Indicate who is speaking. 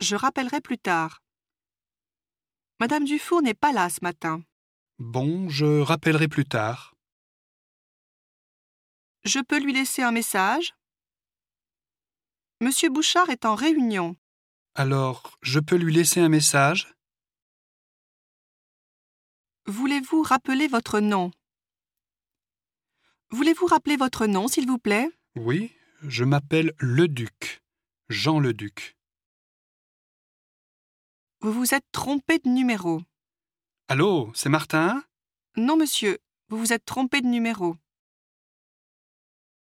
Speaker 1: Je rappellerai plus tard. Madame Dufour n'est pas là ce matin.
Speaker 2: Bon, je rappellerai plus tard.
Speaker 1: Je peux lui laisser un message Monsieur Bouchard est en réunion.
Speaker 2: Alors, je peux lui laisser un message
Speaker 1: Voulez-vous rappeler votre nom Voulez-vous rappeler votre nom, s'il vous plaît
Speaker 2: Oui, je m'appelle Leduc, Jean Leduc.
Speaker 1: Vous vous êtes trompé de numéro.
Speaker 2: Allô, c'est Martin
Speaker 1: Non, monsieur, vous vous êtes trompé de numéro.